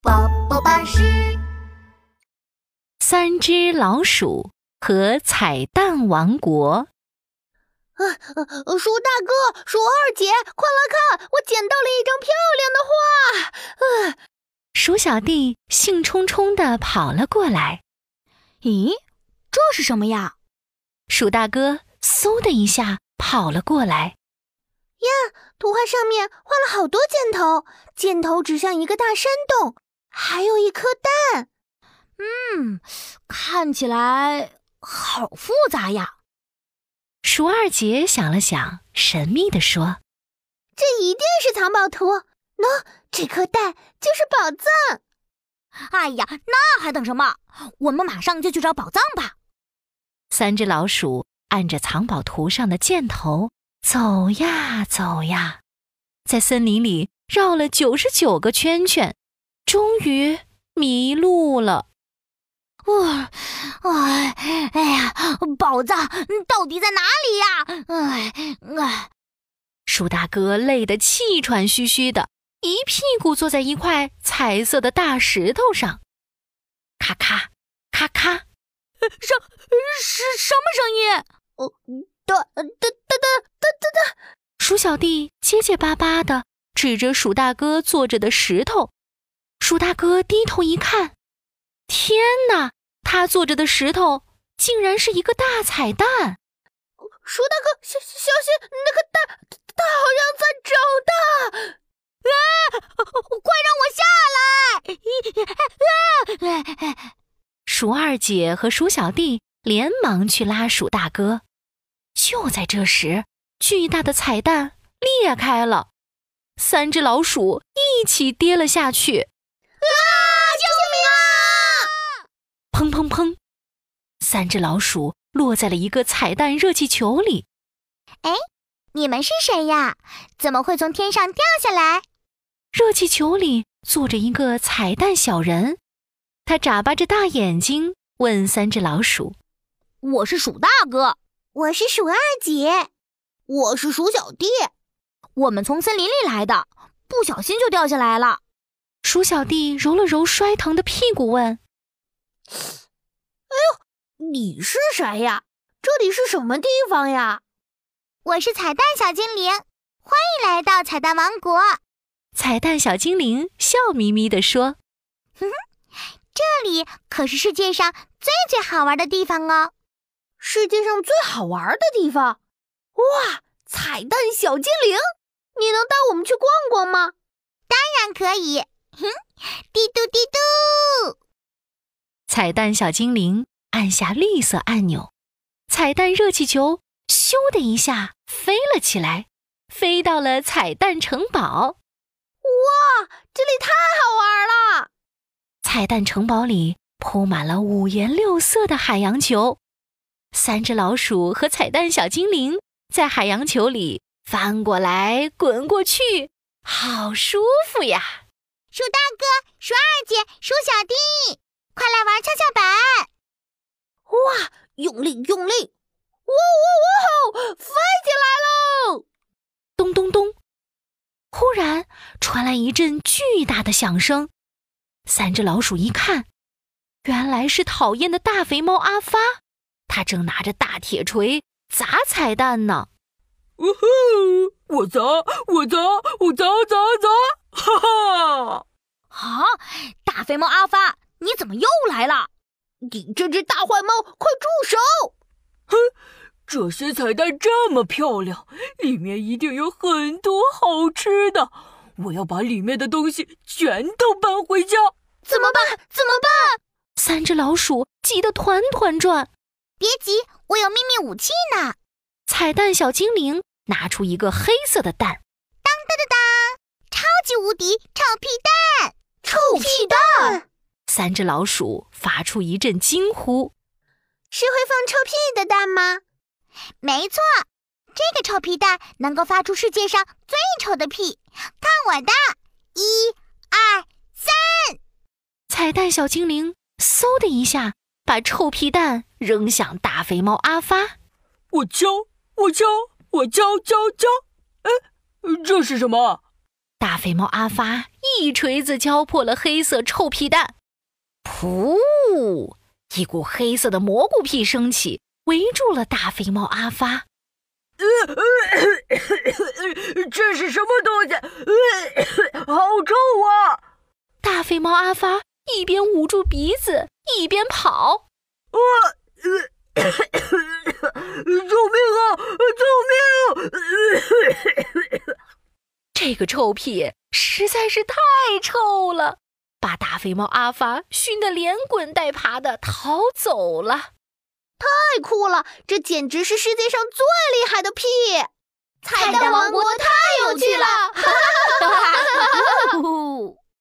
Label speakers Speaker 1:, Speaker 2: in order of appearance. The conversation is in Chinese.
Speaker 1: 宝宝巴士，
Speaker 2: 三只老鼠和彩蛋王国。
Speaker 3: 呃呃鼠大哥，鼠二姐，快来看，我捡到了一张漂亮的画。呃，
Speaker 2: 鼠小弟兴冲冲地跑了过来。
Speaker 4: 咦，这是什么呀？
Speaker 2: 鼠大哥嗖的一下跑了过来。
Speaker 3: 呀，图画上面画了好多箭头，箭头指向一个大山洞，还有一颗蛋。
Speaker 4: 嗯，看起来好复杂呀。
Speaker 2: 鼠二姐想了想，神秘地说：“
Speaker 3: 这一定是藏宝图，喏、no,，这颗蛋就是宝藏。”
Speaker 4: 哎呀，那还等什么？我们马上就去找宝藏吧！
Speaker 2: 三只老鼠按着藏宝图上的箭头走呀走呀，在森林里绕了九十九个圈圈，终于迷路了。
Speaker 4: 哇，哎，哎呀，宝藏到底在哪里呀？哎，哎，
Speaker 2: 鼠大哥累得气喘吁吁的，一屁股坐在一块彩色的大石头上，咔咔咔咔，
Speaker 4: 什是什么声音？
Speaker 3: 哦，哒哒哒哒哒哒哒！
Speaker 2: 鼠小弟结结巴巴的指着鼠大哥坐着的石头，鼠大哥低头一看，天哪！他坐着的石头竟然是一个大彩蛋！
Speaker 3: 鼠大哥，小小心，那个蛋，它好像在长大！
Speaker 4: 啊！快让我下来！啊！
Speaker 2: 鼠二姐和鼠小弟连忙去拉鼠大哥。就在这时，巨大的彩蛋裂开了，三只老鼠一起跌了下去。砰砰砰！三只老鼠落在了一个彩蛋热气球里。
Speaker 5: 哎，你们是谁呀？怎么会从天上掉下来？
Speaker 2: 热气球里坐着一个彩蛋小人，他眨巴着大眼睛问三只老鼠：“
Speaker 4: 我是鼠大哥，
Speaker 1: 我是鼠二姐，
Speaker 3: 我是鼠小弟。
Speaker 4: 我们从森林里来的，不小心就掉下来了。”
Speaker 2: 鼠小弟揉了揉摔疼的屁股，问。
Speaker 3: 哎呦，你是谁呀？这里是什么地方呀？
Speaker 5: 我是彩蛋小精灵，欢迎来到彩蛋王国。
Speaker 2: 彩蛋小精灵笑眯眯地说：“
Speaker 5: 哼哼，这里可是世界上最最好玩的地方哦！
Speaker 3: 世界上最好玩的地方，哇！彩蛋小精灵，你能带我们去逛逛吗？
Speaker 5: 当然可以。哼，嘀嘟嘀嘟。”
Speaker 2: 彩蛋小精灵按下绿色按钮，彩蛋热气球咻的一下飞了起来，飞到了彩蛋城堡。
Speaker 3: 哇，这里太好玩了！
Speaker 2: 彩蛋城堡里铺满了五颜六色的海洋球，三只老鼠和彩蛋小精灵在海洋球里翻过来滚过去，好舒服呀！
Speaker 5: 鼠大哥、鼠二姐、鼠小弟。快来玩跷跷板！
Speaker 3: 哇，用力用力！呜呜呜！飞起来喽！
Speaker 2: 咚咚咚！忽然传来一阵巨大的响声，三只老鼠一看，原来是讨厌的大肥猫阿发，它正拿着大铁锤砸彩蛋呢。
Speaker 6: 呜呼！我砸！我砸！我砸砸砸！哈哈！
Speaker 4: 啊！大肥猫阿发！你怎么又来了？
Speaker 3: 你这只大坏猫，快住手！
Speaker 6: 哼，这些彩蛋这么漂亮，里面一定有很多好吃的。我要把里面的东西全都搬回家。
Speaker 3: 怎么办？怎么办？
Speaker 2: 三只老鼠急得团团转。
Speaker 5: 别急，我有秘密武器呢。
Speaker 2: 彩蛋小精灵拿出一个黑色的蛋，
Speaker 5: 当当当当，超级无敌臭屁蛋！
Speaker 3: 臭屁蛋！
Speaker 2: 三只老鼠发出一阵惊呼：“
Speaker 1: 是会放臭屁的蛋吗？”“
Speaker 5: 没错，这个臭屁蛋能够发出世界上最臭的屁。看我的，一、二、三！”
Speaker 2: 彩蛋小精灵嗖的一下把臭屁蛋扔向大肥猫阿发。
Speaker 6: “我敲，我敲，我敲敲敲！”哎，这是什么？
Speaker 2: 大肥猫阿发一锤子敲破了黑色臭屁蛋，噗！一股黑色的蘑菇屁升起，围住了大肥猫阿发。
Speaker 6: 这是什么东西？好臭啊！
Speaker 2: 大肥猫阿发一边捂住鼻子，一边跑。
Speaker 6: 我、呃、救命啊！救命、啊！
Speaker 2: 这个臭屁实在是太臭了，把大肥猫阿发熏得连滚带爬的逃走了。
Speaker 3: 太酷了，这简直是世界上最厉害的屁！
Speaker 5: 彩蛋王国太有趣了！哈哈哈哈哈！